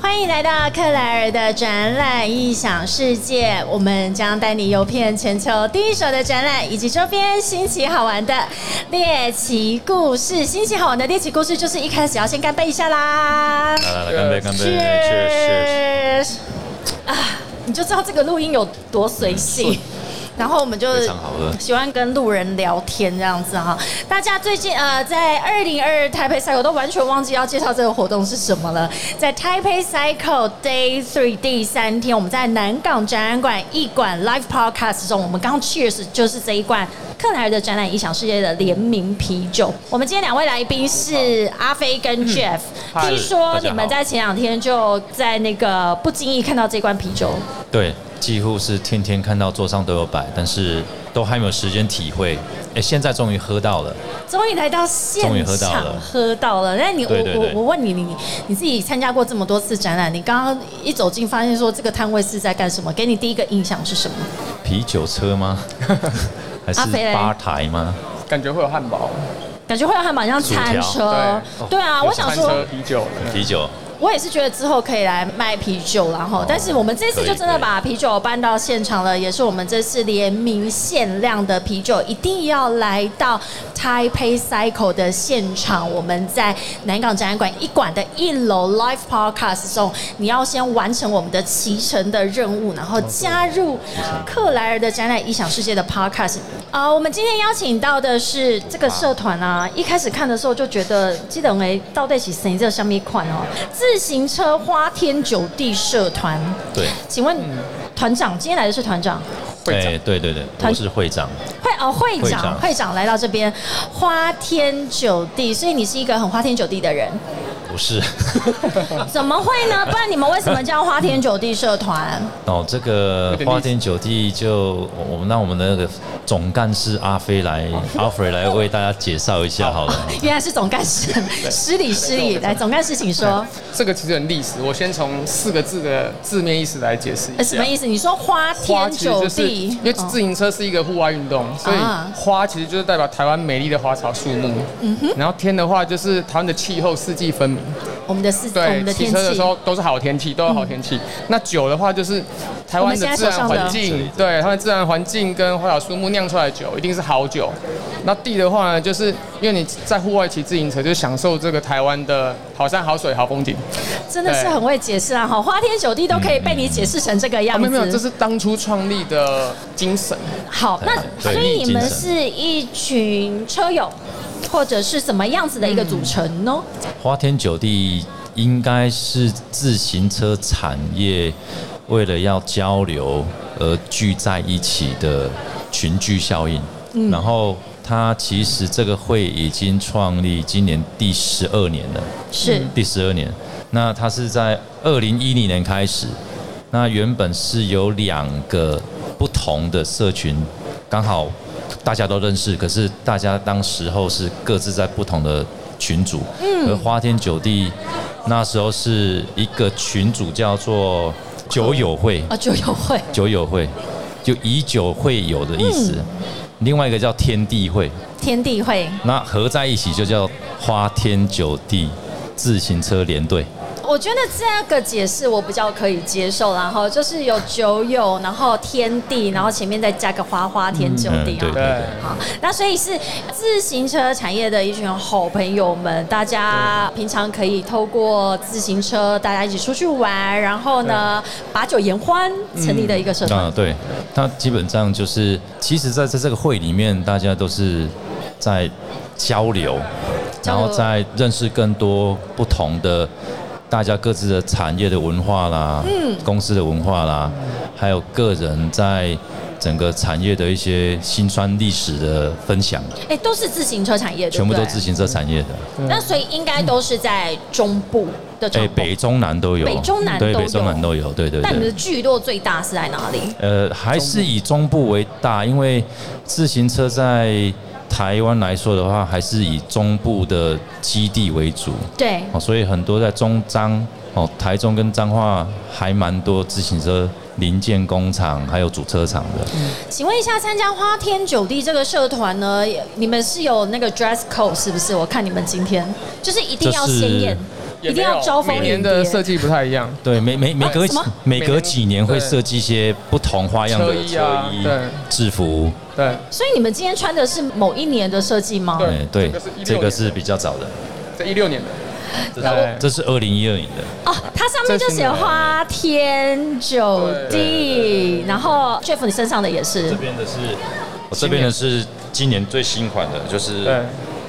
欢迎来到克莱尔的展览异想世界，我们将带你游遍全球第一手的展览以及周边新奇好玩的猎奇故事。新奇好玩的猎奇故事就是一开始要先干杯一下啦来呃来来，干杯干杯，Cheers！ ！Cheers！啊，你就知道这个录音有多随性。然后我们就非常好喝喜欢跟路人聊天这样子哈。大家最近呃，在二零二二台北 Cycle 都完全忘记要介绍这个活动是什么了。在台北 Cycle Day Three 第三天，我们在南港展览馆一馆 Live Podcast 中，我们刚 Cheers 就是这一罐克莱尔的展览影响世界的联名啤酒。我们今天两位来宾是阿飞跟 Jeff，嗨听说你大们家好在前两天就在那个不经意看到这罐啤酒，对，几乎是天天看到桌上都有摆，但是都还没有时间体会。哎，现在终于喝到了，终于来到现终于喝到场了喝到了。那你我对对对我我问你，你你自己参加过这么多次展览，你刚刚一走进发现说这个摊位是在干什么？给你第一个印象是什么？啤酒车 吗？还是阿肥嘞吧台吗？感觉会有汉堡、感觉会有还蛮像餐车薯条，对啊，我想餐说车、，啤酒，啤酒，我也是觉得之后可以来卖啤酒啦，然后，但是我们这次就真的把啤酒搬到现场了，也是我们这次联名限量的啤酒，一定要来到 Taipei Cycle 的现场。我们在南港展览馆一馆的一楼 Live Podcast 中，你要先完成我们的骑乘的任务，然后加入克莱尔的展览异想世界的 Podcast。啊，我们今天邀请到的是这个社团啊，一开始看的时候就觉得，记得哎，到底是谁这上面款哦？自行车花天酒地社团，对，请问嗯团长今天来的是团长，会长哎，对对对，团我是会长，会哦会会长长会长来到这边，花天酒地，所以你是一个很花天酒地的人，不 是。嗯怎么会呢？不然你们为什么叫花天酒地社团？哦，这个有点花历史天酒地就我们让我们的那个总干事阿飞来，哦阿飞来为大家介绍一下好 了。原来是总干事，失礼失礼，来总干事请说，这个其实很历史。我先从四个字的字面意思来解释一呃什下。么意思？思？你说花花天其实酒就是，地，因为哦自行车是一个户外运动，所以啊花其实就是代表台湾美丽的花草树木。嗯然后天的话，就是台湾的气候四季分明。我们的四我对们，的骑天车的气嗯时。候都是好天气，都有好天气。那酒的话，就是台湾的自然环我们现在手境上的，对它的自然环境跟花草树木酿出来的酒一定是好酒。那地的话呢，就是因为你在户外骑自行车，就享受这个台湾的好山好水好风景。真的是很会解释啊！哈，花天酒地都可以被你解释成这个样啊，子。没有没有，这是当初创立的精神。好。那所对以你们精神是一群车友，或者是什么样子的一个组成呢？花天酒地应该是自行车产业为了要交流而聚在一起的群聚效应。然后它其实这个会已经创立今年第十二年了。是第十二年。那它是在二零一零年开始，那原本是有两个不同的社群，刚好大家都认识，可是大家当时候是各自在不同的群组，而花天酒地那时候是一个群组叫做酒友会，啊，酒友会酒友会就以酒会友的意思，另外一个叫天地会，天地会，那合在一起就叫花天酒地自行车联队。我觉得这个解释我比较可以接受啦。哈，就是有酒友，然后天地，然后前面再加个花花天酒嗯，地对啊。对对，好，那所以是自行车产业的一群好朋友们，大家平常可以透过自行车，大家一起出去玩，然后呢，把酒言欢，成立的一个社团。啊对，它基本上就是，其实在在这个会里面，大家都是在交流，交然流后再认识更多不同的。大家各自的产业的文化啦，嗯公司的文化啦，还有个人在整个产业的一些辛酸历史的分享，哎、都是自行车产业，全部都自行。行车产业的。那所以应该都是在中部的哎、中部。北中南都有，北中南对，都北中有南都有，对对那你们的对。聚落最大是在哪里？呃，还是以中部为大，因为自行车在台湾来说的话，还是以中部的基地为主对，哦，所以很多在中彰哦，台中跟彰化还蛮多自行车零件工厂，还有主车厂的。请问一下，参加花天酒地这个社团呢，你们是有那个 dress code 是不是？我看你们今天就是一定这要是鲜艳，也一定没要有招蜂每引蝶年的设计不太一样，对，每每每隔什么每隔几年会设计一些不同花样的车衣啊车衣对、制服。对，所以你们今天穿的是某一年的设计吗？对哎，对这个是16，这个是比较早的，这一六年的，这这是二零一二年的。哦，它上面就写花天酒地，然后 Jeff 你身上的也是这，边的是，我哦这边的是今年最新款的，就是对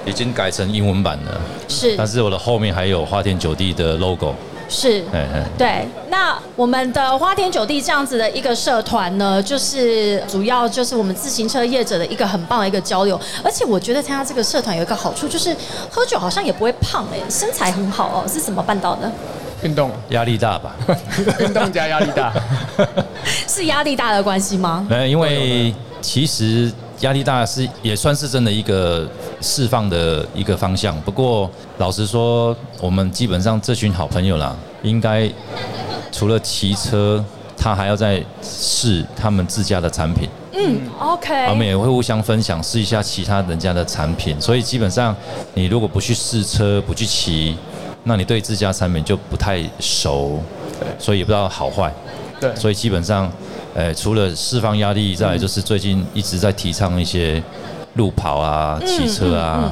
已经改成英文版了，是但是我的后面还有花天酒地的 logo。是，哎哎，对。那我们的花天酒地这样子的一个社团呢，就是主要就是我们自行车业者的一个很棒的一个交流。而且我觉得参加这个社团有一个好处，就是喝酒好像也不会胖哎、身材很好哦，是怎么办到的？运动，压力大 吧？运动加压力大，是压力大的关系吗？没有，因为其实压力大是也算是真的一个释放的一个方向。不过老实说，我们基本上这群好朋友啦，应该除了骑车，他还要在试他们自家的产品，他们 OK，也会互相分享，试一下其他人家的产品。所以基本上，你如果不去试车，不去骑，那你对自家产品就不太熟，所以也不知道好坏。对，所以基本上，呃，除了释放压力，再来就是最近一直在提倡一些路跑嗯啊、骑车啊，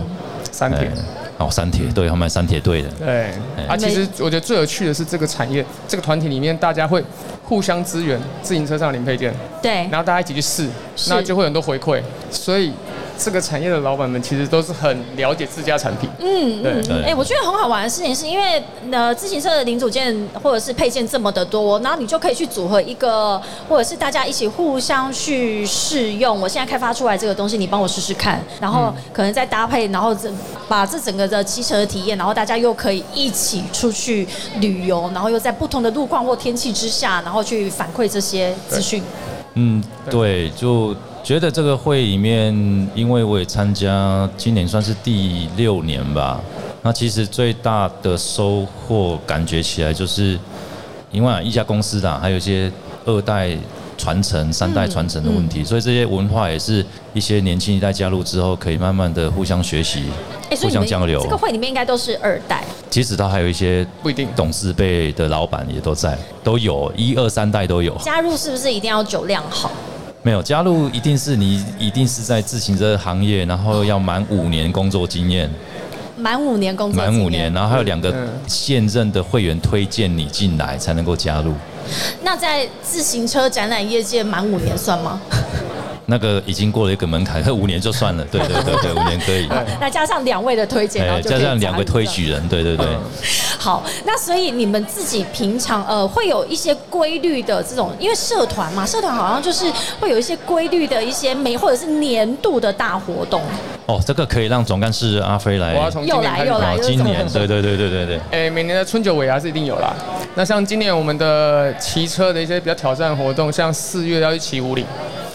三呃天。哦，三铁队，他们三铁队的，对，哎没啊，其实我觉得最有趣的是这个产业，这个团体里面大家会互相支援自行车上的零配件，对，然后大家一起去试，是那就会有很多回馈。所以这个产业的老板们其实都是很了解自家产品，嗯，对，哎、对我觉得很好玩的事情是因为呃，自行车的零组件或者是配件这么的多，然后你就可以去组合一个，或者是大家一起互相去试用。我现在开发出来这个东西，你帮我试试看，然后嗯可能再搭配，然后这把这整个的骑车的体验，然后大家又可以一起出去旅游，然后又在不同的路况或天气之下，然后去反馈这些资讯。嗯，对，就觉得这个会里面，因为我也参加，今年算是第六年吧。那其实最大的收获，感觉起来就是，因为啊一家公司的啊还有一些二代传承、三代传承的问题，所以这些文化也是一些年轻一代加入之后，可以慢慢的互相学习、哎、所以互你相们交流这。个会里面应该都是二代。其实他还有一些不一定董事辈的老板也都在，都有一二三代都有。加入是不是一定要酒量好？没有加入，一定是你一定是在自行车行业，然后要满五年工作经验，满五年工作满经五验年，然后还有两个嗯现任的会员推荐你进来才能够加入。那在自行车展览业界满五年算吗？那个已经过了一个门槛，那五年 就算了。对对对对，五年可以。那加上两位的推荐，然后哎，就可以加上两个推加入举人，对对对，嗯了。好，那所以你们自己平常呃会有一些规律的这种，因为社团嘛，社团好像就是会有一些规律的一些每或者是年度的大活动，哦，这个可以让总干事阿飞来我。要从今又年来开始又来哦，又是今年这对种对对对对对，哎，每年的春酒尾牙是一定有啦。那像今年我们的骑车的一些比较挑战的活动，像四月要去骑五岭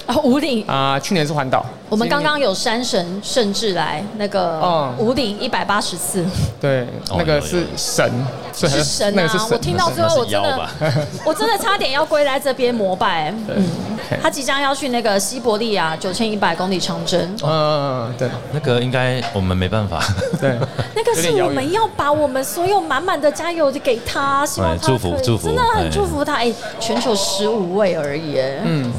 啊五岭。啊，去年是环岛，我们今刚年刚有山神甚至来那个哦五岭一百八十次，对哦那有个有是有神，所以还是是神 那个啊是！我神，听到最后我真那是的腰吧， 我真的差点要跪在这边膜拜。嗯，嘿他即将要去那个西伯利亚九千一百公里长征，嗯嗯嗯，对那个应该我们没办法。 对。那个有是点遥我远们要把我们所有满满的加油就给他，希望哎他祝福可以祝福真的哎很祝福他。哎、全球十五位而已，嗯，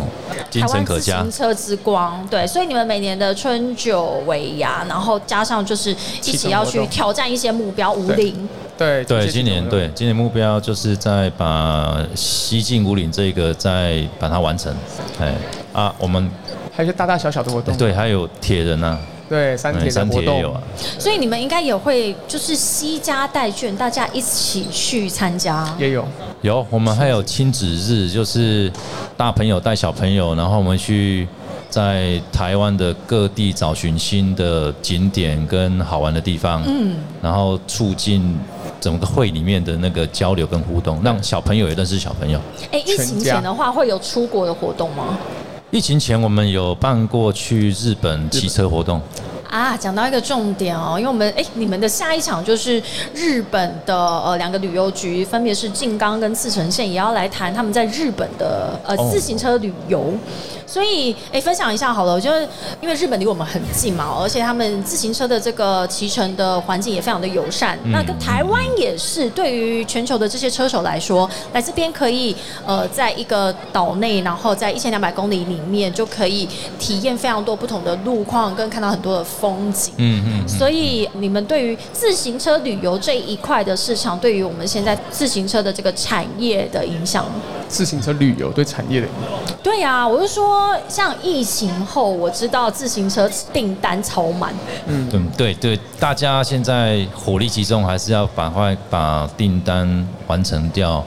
精神可台嘉湾自行，车之光，对，所以你们每年的春酒尾牙，然后加上就是一起要骑乘去活动挑战一些目标，五零对对，今年对今年目标就是在把西进五岭这个再把它完成。哎啊，我们还有一些大大小小的活动，对还有铁人啊，对三哎铁的三活铁也有动啊，，所以你们应该也会就是惜家带眷，大家一起去参加。也有有我们还有亲子日，就是大朋友带小朋友，然后我们去在台湾的各地找寻新的景点跟好玩的地方，嗯，然后促进整个会里面的那个交流跟互动，让小朋友也认识小朋友。哎、疫情前的话会有出国的活动吗？疫情前我们有办过去日本骑车活动。啊，讲到一个重点哦，因为我们哎、你们的下一场就是日本的呃两个旅游局，分别是静冈跟茨城县，也要来谈他们在日本的呃哦自行车旅游，所以，哎、分享一下好了，我觉得因为日本离我们很近嘛，而且他们自行车的这个骑乘的环境也非常的友善。那跟台湾也是，对于全球的这些车手来说，来这边可以呃，在一个岛内，然后在一千两百公里里面就可以体验非常多不同的路况，跟看到很多的风景。嗯嗯嗯，所以你们对于自行车旅游这一块的市场，对于我们现在自行车的这个产业的影响，自行车旅游对产业的影响。对啊，我就说像疫情后，我知道自行车订单超满，对嗯对对，大家现在火力集中，还是要赶快把订单完成掉。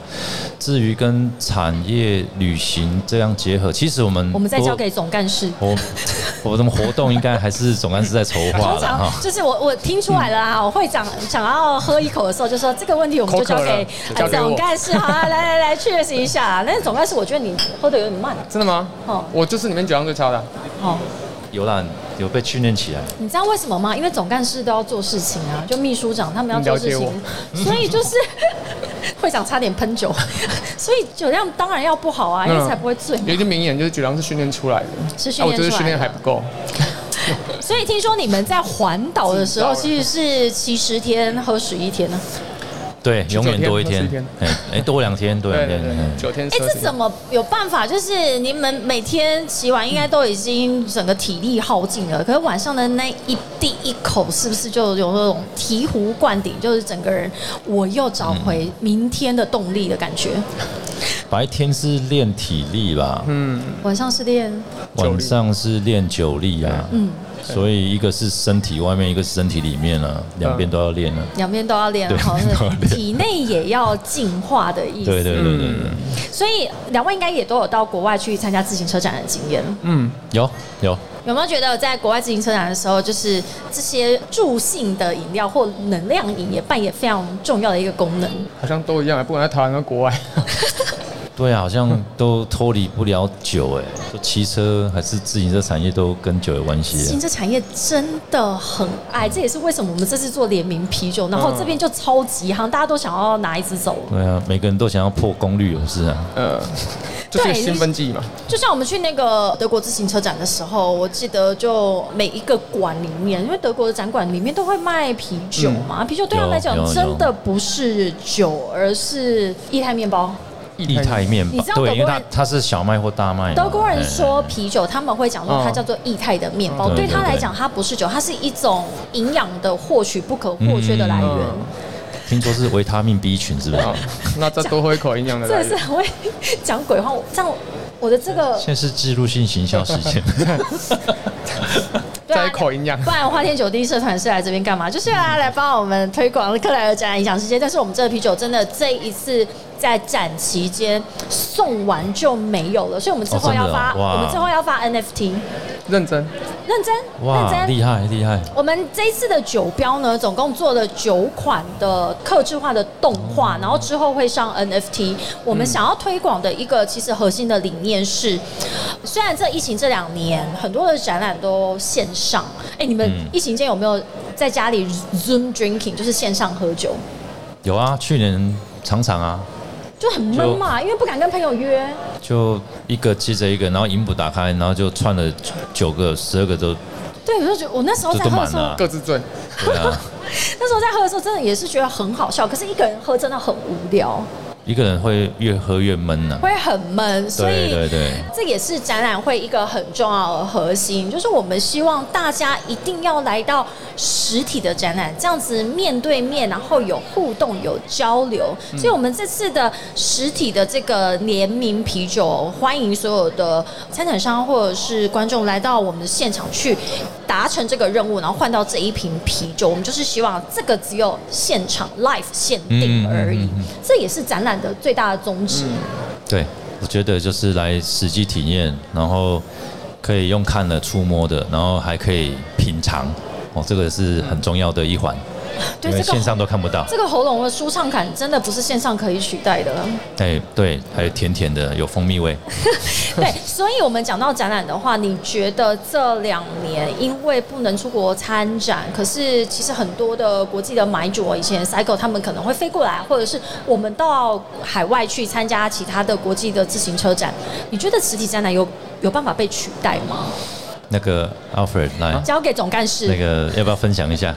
至于跟产业旅行这样结合，其实我们我们再多交给总干事。我 我们活动应该还是总干事在筹划 通了常哈。就是我我听出来了啊，嗯我会长想要喝一口的时候，就说这个问题我们就交给口渴呃了就交给我总干事，好啊，来来来确实一下。但是总干事，我觉得你喝的有点慢真的吗？哦我就是里面酒量最差的啊。哦。有啦，有被训练起来。你知道为什么吗？因为总干事都要做事情啊，就秘书长他们要做事你了情，所以就是 会长差点喷酒， 所以酒量当然要不好啊，因嗯为才不会醉嘛。有一句名言就是酒量是训练出来的，是训啊我练就是出训练来还的。不够。所以听说你们在环岛的时候，自己其实是骑十天喝十一天呢、对，永远多一天九天，哎哎，多两天，多对两对天。对，哎九天哎、十二这天怎么有办法？就是你们每天骑完，应该都已经整个体力耗尽了，可是晚上的那一第一口，是不是就有那种醍醐灌顶，就是整个人我又找回明天的动力的感觉？白天是练体力吧，晚上是练，九力晚上是练酒力啊。嗯，所以一个是身体外面，一个是身体里面啊，两边都要练啊。两边都要练，好，两边都要是练体内也要净化的意思。对对对对对，所以两位应该也都有到国外去参加自行车展的经验。有有。有没有觉得在国外自行车展的时候，就是这些助兴的饮料或能量饮也扮演非常重要的一个功能？好像都一样，不管在台湾跟国外。对啊，好像都脱离不了酒哎、就骑车还是自行车产业都跟酒有关自系行啊。车产业真的很爱，这也是为什么我们这次做联名啤酒，然后这边就超级夯，大家都想要拿一支走。对啊，每个人都想要破功率，有是啊。 呃，就是对个兴奋剂嘛。就像我们去那个德国自行车展的时候，我记得就每一个馆里面，因为德国的展馆里面都会卖啤酒嘛，啤酒对他们来讲嗯有有有真的不是酒，而是液态面包。液态面你包知道，德国对，因为它人它是小麦或大麦嘛。德国人哎说啤酒，他们会讲说它叫做液态的面包，嗯对他对对来讲，它不是酒，它是一种营养的获取不可或缺的来源。嗯哎听说是维他命 B 群，是不是？好，哦那再多喝一口营嗯养的真来的是源。很会讲鬼话，我这样我的这个 现在是植入性行销时 间，对啊再一口营养不然花天酒地社团是来这边干嘛？就是啊，来帮我们推广克莱尔展览影响世界。但是我们这个啤酒真的这一次在展期间送完就没有了，所以我们之后哦真的要哦发，哇我们之后要发 NFT，认真，认真，认哇，真，厉害厉害！我们这一次的酒标呢，总共做了九款的客制化的动画，然后之后会上 NFT。我们想要推广的一个其实核心的理念是，虽然这疫情这两年很多的展览都线上，哎、你们嗯疫情间有没有在家里 Zoom drinking，就是线上喝酒？有啊，去年常常啊，就很闷嘛，因为不敢跟朋友约，就一个接着一个，然后银补打开，然后就串了九个、十二个都，对，我就觉得我那时候这在都喝的满时了候啊，各自醉。对 啊，那时候在喝的时候真的也是觉得很好笑，可是一个人喝真的很无聊，一个人会越喝越闷呐。会很闷，所以对对对，这也是展览会一个很重要的核心，就是我们希望大家一定要来到实体的展览，这样子面对面，然后有互动、有交流。嗯所以，我们这次的实体的这个联名啤酒，欢迎所有的参展商或者是观众来到我们的现场去达成这个任务，然后换到这一瓶啤酒。我们就是希望这个只有现场 live 限定而已，嗯嗯嗯嗯嗯这也是展览的最大的宗旨。对，我觉得就是来实际体验，然后可以用看的、触摸的，然后还可以品尝，哦，这个是很重要的一环，对因为这个线上都看不到。这个喉咙的舒畅感真的不是线上可以取 代的。哎，对，还有甜甜的，有蜂蜜味。对，所以我们讲到展览的话，你觉得这两年因为不能出国参展，可是其实很多的国际的买主，啊以前 Cycle 他们可能会飞过来，或者是我们到海外去参加其他的国际的自行车展，你觉得实体展览有有办法被取代吗？那个 Alfred 来，交给总干事。那个要不要分享 一下？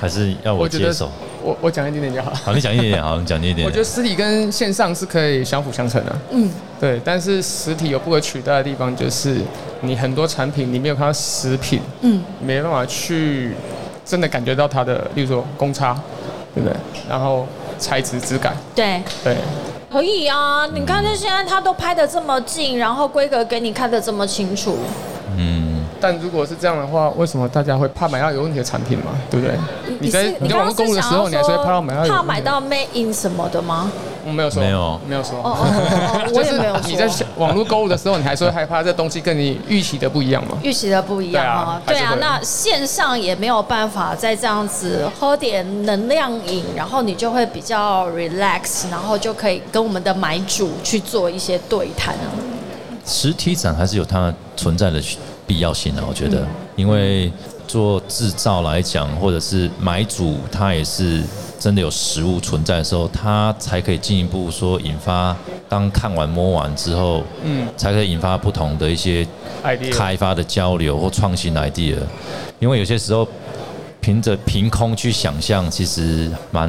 还是要我我觉得接手？我我讲一点点就好。好，你讲一点点，好，你讲一点点。我觉得实体跟线上是可以相辅相成的、嗯，对。但是实体有不可取代的地方，就是你很多产品你没有看到实品，嗯，没办法去真的感觉到它的，例如说公差，对不对？然后材质质感，对，对，可以啊。你看，这现在他都拍的这么近，然后规格给你看的这么清楚，嗯，但如果是这样的话，为什么大家会怕买到有问题的产品嘛？对不对？你在是你在网络购物的时候，你还是会怕到买到有问题的怕买到 made in 什么的吗？我没有说，没有没有说。哦哦哦，哦我就也是没有你在说。网络购物的时候，你还是会害怕这东西跟你预期的不一样嘛？预期的不一样哦，对对啊啊还是，会那线上也没有办法再这样子喝点能量饮，然后你就会比较 relax，然后就可以跟我们的买主去做一些对谈啊。实体展还是有它存在的必要性啊，我觉嗯得，因为做制造来讲，或者是买主，他也是真的有实物存在的时候，他才可以进一步说引发，当看完摸完之后，嗯，才可以引发不同的一些 idea 开发的交流或创新 idea，因为有些时候。凭着凭空去想象，其实蛮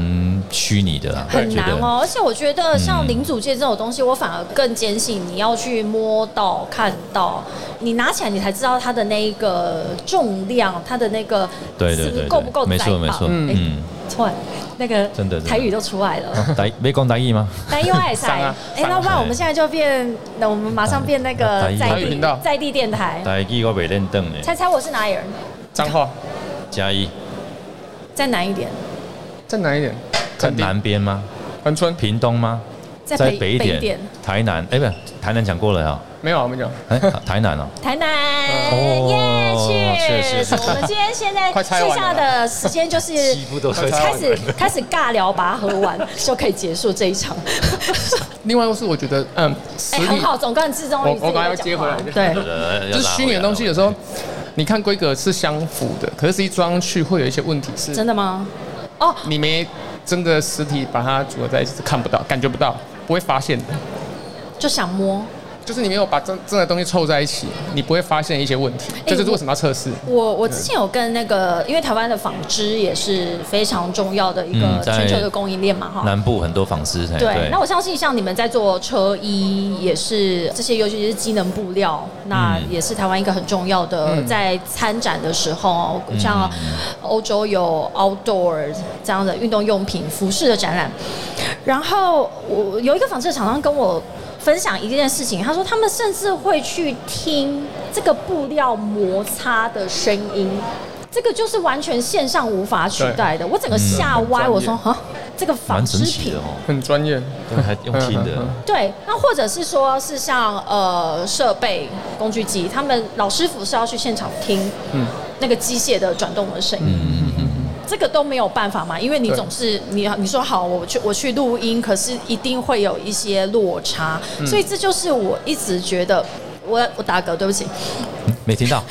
虚拟的啦。很我觉难得嗯哦，而且我觉得像零组件这种东西，我反而更坚信你要去摸到、看到，你拿起来你才知道它的那一个重量，它的那个是对不对是对，够不够对没载错吧？没错，哎，嗯，突然那个真的真的台语都出来 了。台没讲台语吗？但又爱 上才，啊哎，那不然我们现在就变，那我们马上变那个台在台语地频道在地电台，台语我袂认得呢。猜猜我是哪里人？脏话嘉义再难一点，再难一点，在肯定南边吗？环村屏东吗？再在北北一北一点点，。台南哎，不是台南讲过了啊。没有啊，我们讲 哎，台南哦，台南，哦耶，去！确实我们今天现在 快猜完剩下了的时间 就是部都喝 开始开始尬聊，把它喝完就可以结束这一 场。另外一个是我觉得，嗯，实哎，体很好，总干事终于我我刚刚要自己接有讲话回来对，就是虚拟的东西，有时候候你看规格是相符的，可是实际装上去会有一些问题是真，的吗？哦，你没真的实体把它组合在一起是看不到、感觉不到、不会发现的，就想摸。就是你没有把真真的东西凑在一起，你不会发现一些问题。哎这就是为什么要测试。我我之前有跟那个，因为台湾的纺织也是非常重要的一个嗯在全球的供应链嘛，哈。南部很多纺织，哎对，那我相信像你们在做车衣，也是这些，尤其是机能布料，那也是台湾一个很重要的，在参展的时候，像嗯欧洲有 outdoor 哦这样的运动用品、服饰的展览。然后我有一个纺织厂商跟我分享一件事情，他说他们甚至会去听这个布料摩擦的声音。这个就是完全线上无法取代的，我整个吓歪，专业我说哈，这个纺蛮织神奇品的哦，很专业，对还用听的嗯嗯嗯对，那或者是说是像呃设备工具机，他们老师傅是要去现场听，嗯，那个机械的转动的声音，这个都没有办法嘛，因为你对总是你你说好我去我去录音，可是一定会有一些落差，所以这就是我一直觉得。我我打嗝，对不起。嗯没听到，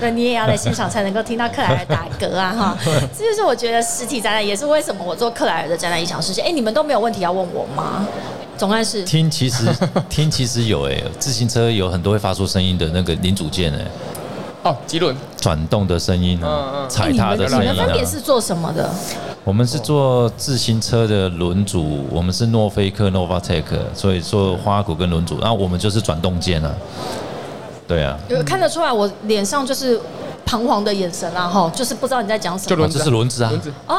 那你也要在现场才能够听到克莱尔打嗝啊哈！这就是我觉得实体展览也是为什么我做克莱尔的展览影响世界。哎、你们都没有问题要问我吗？总干事，听其 实听其实有哎，自行车有很多会发出声音的那个零组件哎，哦，几轮转动的声音嗯啊，嗯哎踩踏的声你音们啊，你们分别是做什么的？我们是哦做自行车的轮组，我们是诺菲克 （Novatec），所以做花鼓跟轮组，然后我们就是转动件啊。对啊，有看得出来，我脸上就是彷徨的眼神啊，哈，就是不知道你在讲什就么。啊轮这子是轮子啊轮，子，哦，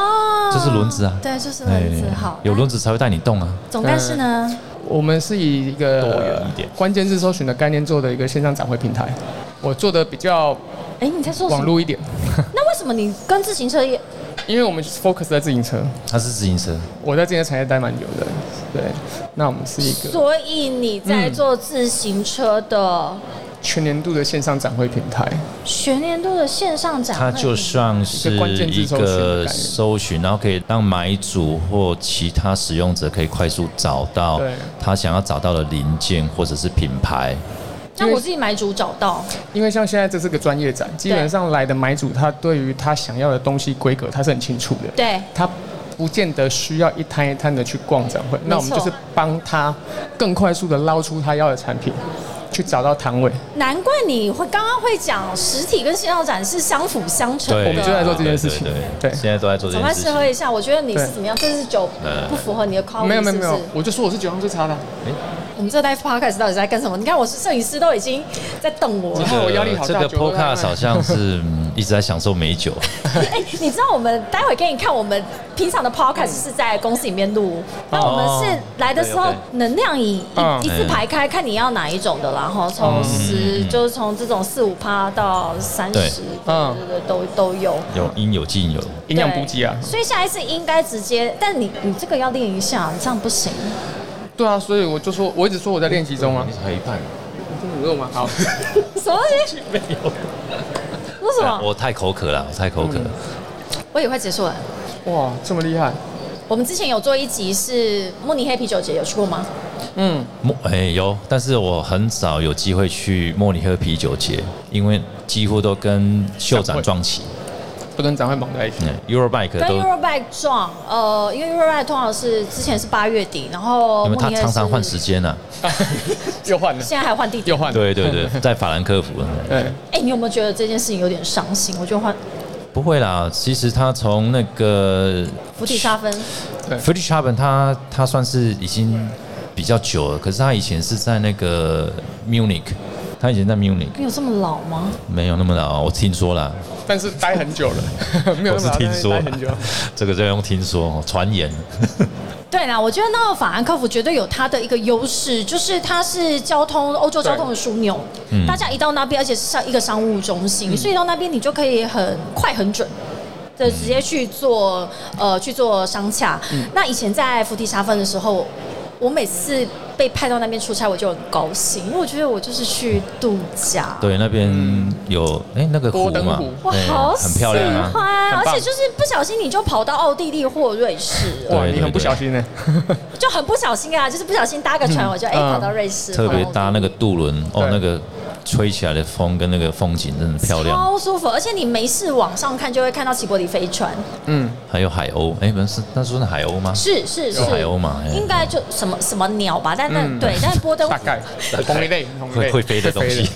这是轮子啊对，就是轮子。哎好，哎有轮子才会带你动啊。总干事呢？我们是以一个多元一点关键字搜寻的概念做的一个线上展会平台，我做的比较哎，你在说什网么？络一点，那为什么你跟自行车也因为我们 focus 在自行车，它是自行车，哦我在自行车产业待蛮久的，对，那我们是一个所以你在嗯做自行车的全年度的线上展会平台，全年度的线上展会？它就像一是个关键一个字搜寻的概念搜寻，然后可以让买主或其他使用者可以快速找到对他想要找到的零件或者是品牌。那我自己买主找到，因为像现在这是个专业展，基本上来的买主他对于他想要的东西规格他是很清楚的，对，他不见得需要一摊一摊的去逛展会，那我们就是帮他更快速的捞出他要的产品，去找到摊位。难怪你会刚刚会讲实体跟线上展是相辅相成的。对，我们就在做这件事情对对对对，现在都在做这赶快件事试情。喝一下，我觉得你是对怎么样？这支酒呃不符合你的 c o 没有没有是不没是有，我就说我是酒商最差的，啊我们这 live podcast 到底在干什么？你看，我是摄影师都已经在瞪我 了这。哦我压力好大这个酒都在卖 podcast 好像是嗯一直在享受美酒，哎、你知道我们待会给你看，我们平常的 podcast 是在公司里面录，那我们是来的时候对能量以嗯一一字排开，看你要哪一种的啦，然后从十嗯就是从这种四五趴到三对十，对嗯对对，都都有。有应有尽有。营养补给啊。所以下一次应该直接，但你你这个要练一下，你这样不行。对啊，所以我就说，我一直说我在练习中啊。还有一半，真的有用吗？好，什么东西？没有。为什么？哎我太口渴了，我太口嗯渴了。我也快结束了。 哇，这么厉害。我们之前有做一集是慕尼黑啤酒节，有去过吗？嗯，莫哎、有，但是我很少有机会去莫尼黑啤酒节，因为几乎都跟秀展展会撞起。都跟展会绑在一起。嗯 Eurobike 跟都 Eurobike 撞，呃，因为 Eurobike 通常是之前是八月底，然后因为慕他尼黑常常是换时，间啊。又换了，现在还换地点又。换了。对对 对，在法兰克福。嗯对，哎、你有没有觉得这件事情有点伤心？我觉得换不会啦，其实他从那个釜底沙分， f r e d r i c h a b e n 他他算是已经比较久了，可是他以前是在那个 Munich，他以前在 Munich 你有这么老吗？没有那么老，我听说啦，但是待很久 了，没有我那是么好听但是说待啦很久。，这个就用听说哦传言。对啦，我觉得那个法兰克福绝对有它的一个优势，就是它是交通欧洲交通的枢纽，嗯大家一到那边，而且是像一个商务中心，所以到那边你就可以很快很准。就直接去做呃去做商洽。嗯那以前在菩提沙分的时候，我每次被派到那边出差，我就很高兴，因为我觉得我就是去度假。对，那边有哎、那个湖波登嘛湖，哇，对好很漂亮喜欢啊。而很棒且就是不小心你就跑到奥地利或瑞士了，对哇，你对很不对小心呢。就很不小心啊，就是不小心搭个船，我就哎、嗯跑到瑞士，特别搭那个渡轮哦对，那个吹起来的风跟那个风景真的漂亮，超舒服，而且你没事往上看就会看到齐柏林飞船，嗯，还有海鸥，哎、不是那时候是海鸥吗？是是是有海鸥嘛哎应该就什么什么鸟吧，但那、对，但波登大概同一类，同一会类会飞的东西，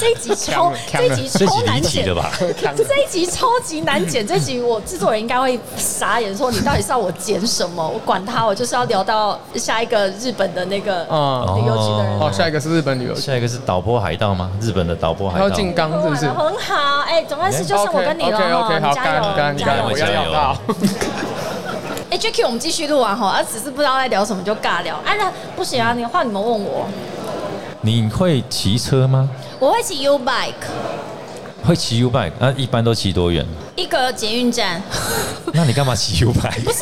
这一集超呛了这呛一集超 这几离了难奇剪的吧？ 这一集超级难剪，这集我制作人应该会傻眼，说你到底是要我剪什么？我管他，我就是要聊到下一个日本的那个嗯，旅游局的人。哦，下一个是日本旅游，下一个是导播海盗吗？日本的导播海还要盗。进冈是不是？很好，哎、总干事就剩我跟你了哈，OK OK，好，加干油干加干，油我！我要要到。哎、j a c k i e 我们继续录完哈，啊，只是不知道在聊什么就尬聊。啊，那不行啊，你换你们问我，你会骑车吗？我会骑 U bike，会骑 U bike，那、一般都骑多远？ 一个捷运站。那你干嘛骑 U bike？不是，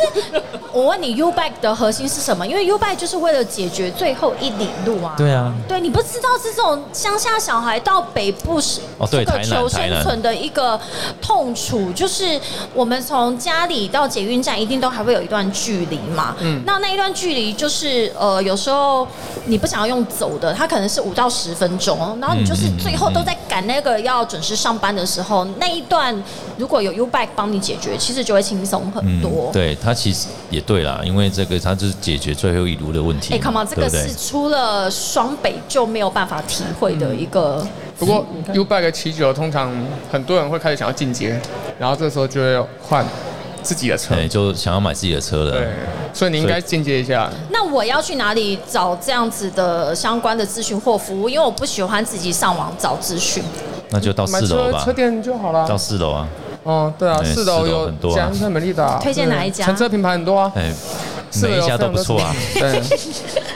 我问你 U bike 的核心是什么？因为 U bike 就是为了解决最后一里路啊。对啊，对你不知道是这种乡下小孩到北部是哦这对个台南求生台南存的一个痛楚，就是我们从家里到捷运站一定都还会有一段距离嘛。嗯，那那一段距离就是呃，有时候你不想要用走的，它可能是五到十分钟，然后你就是嗯嗯嗯最后都在赶那个要准时上班的时候，那一段如果有 U bike 帮你解决，其实就会轻松很多。嗯对它其实也对啦，因为这个它就是解决最后一炉的问题哎、嘛。 c o m e on，这个对不是对出了双北就没有办法体会的一嗯个。 不过 U bike 骑久，通常很多人会开始想要进阶，然后这时候就会换自己的车。对，哎就想要买自己的车对了。，所以你应该进阶一下。哦那我要去哪里找这样子的相关的咨询或服务？因为我不喜欢自己上网找资讯。那就到买四楼车吧车，店就好啦到。四楼啊。哦，对啊，对四楼四楼有很多啊捷安特美利达，推荐哪一家对乘车品牌很多啊，哎，四楼每一有家非都常不多错啊，对，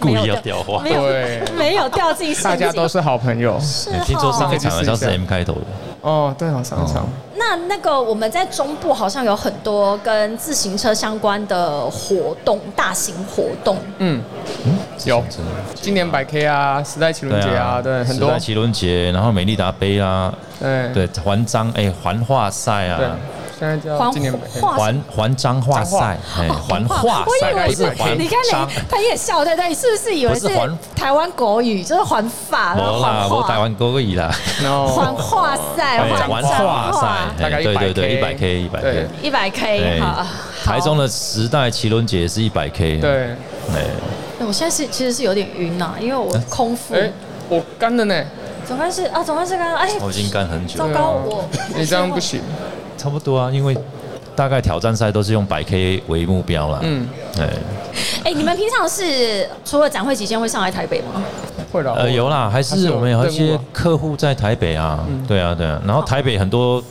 故意要掉话 没。有对没有掉自己陷阱，大家都是好朋友。是哎听说上哈一。场好像是 M 开头的，哦，对啊，上一场哦那那个我们在中部好像有很多跟自行车相关的活动，大型活动。嗯有今年百 K 啊，时代奇轮节啊，对，很哦时多代，奇轮节，然后美利达杯啊，对对，环章哎，环化赛对啊，现在叫黄今年没黄环环彰化赛，哎，环化赛哦我以为不是是环你看雷彰，他也笑，对对，是不是以为不是是环台湾国语，就是环法，然后我啦，环我化台湾国语啦，然环后化赛，哎环环化赛，大概哎对对对，一百 100K K 一百 K 对。一百 K 哎好，台中的。的时代奇轮节是一百 K，，对，嗯哎，我现在是其实是有点晕呐、因为我空腹。哎，我干了呢，啊总干事啊，总干事刚刚哎，我已经干很久糟了，糕，我你这样不行，差不多啊，因为大概挑战赛都是用百 K 为目标啦，嗯，哎，哎，你们平常是除了展会期间会上来台北嗯吗？会的。呃，有啦，还还是是有我们有一任务些啊客户在台北啊，嗯对啊，对啊，然后台北很多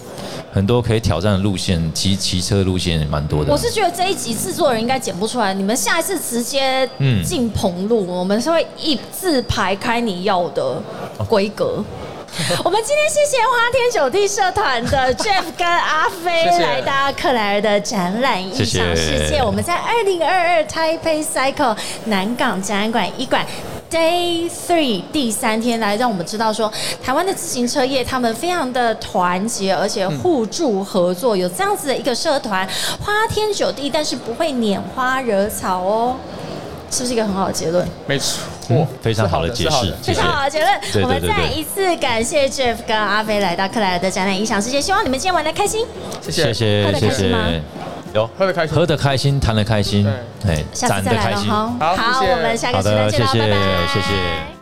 很多可以挑战的路线，骑骑车路线也蛮多的我，是觉得这一集制作人应该剪不出来，你们下一次直接嗯进棚录，我们是会一字排开你要的哦规 格。我们今天谢谢花天酒地社团的 Jeff 跟阿飞谢谢来到克莱尔的展览异想世谢界。谢我们在二零二二 Taipei Cycle 南港展览馆一馆 Day Three 第三天来，让我们知道说台湾的自行车业他们非常的团结，而且互助合作，有这样子的一个社团，花天酒地，但是不会拈花惹草哦。是不是一个很好的结论？没错嗯，非常好的解是好释的，谢非谢常。好的结论。对对我们对再对一次感谢 Jeff 跟阿飞来到克莱尔的展览影响世界，希望你们今天玩的开心。谢谢谢，啊喝得谢谢开心吗谢，有喝得开心喝得开心，谈得开心，哎，下展次再得来开了心，哈。好谢谢我们下个好时段的，见谢喽，谢拜拜，谢谢。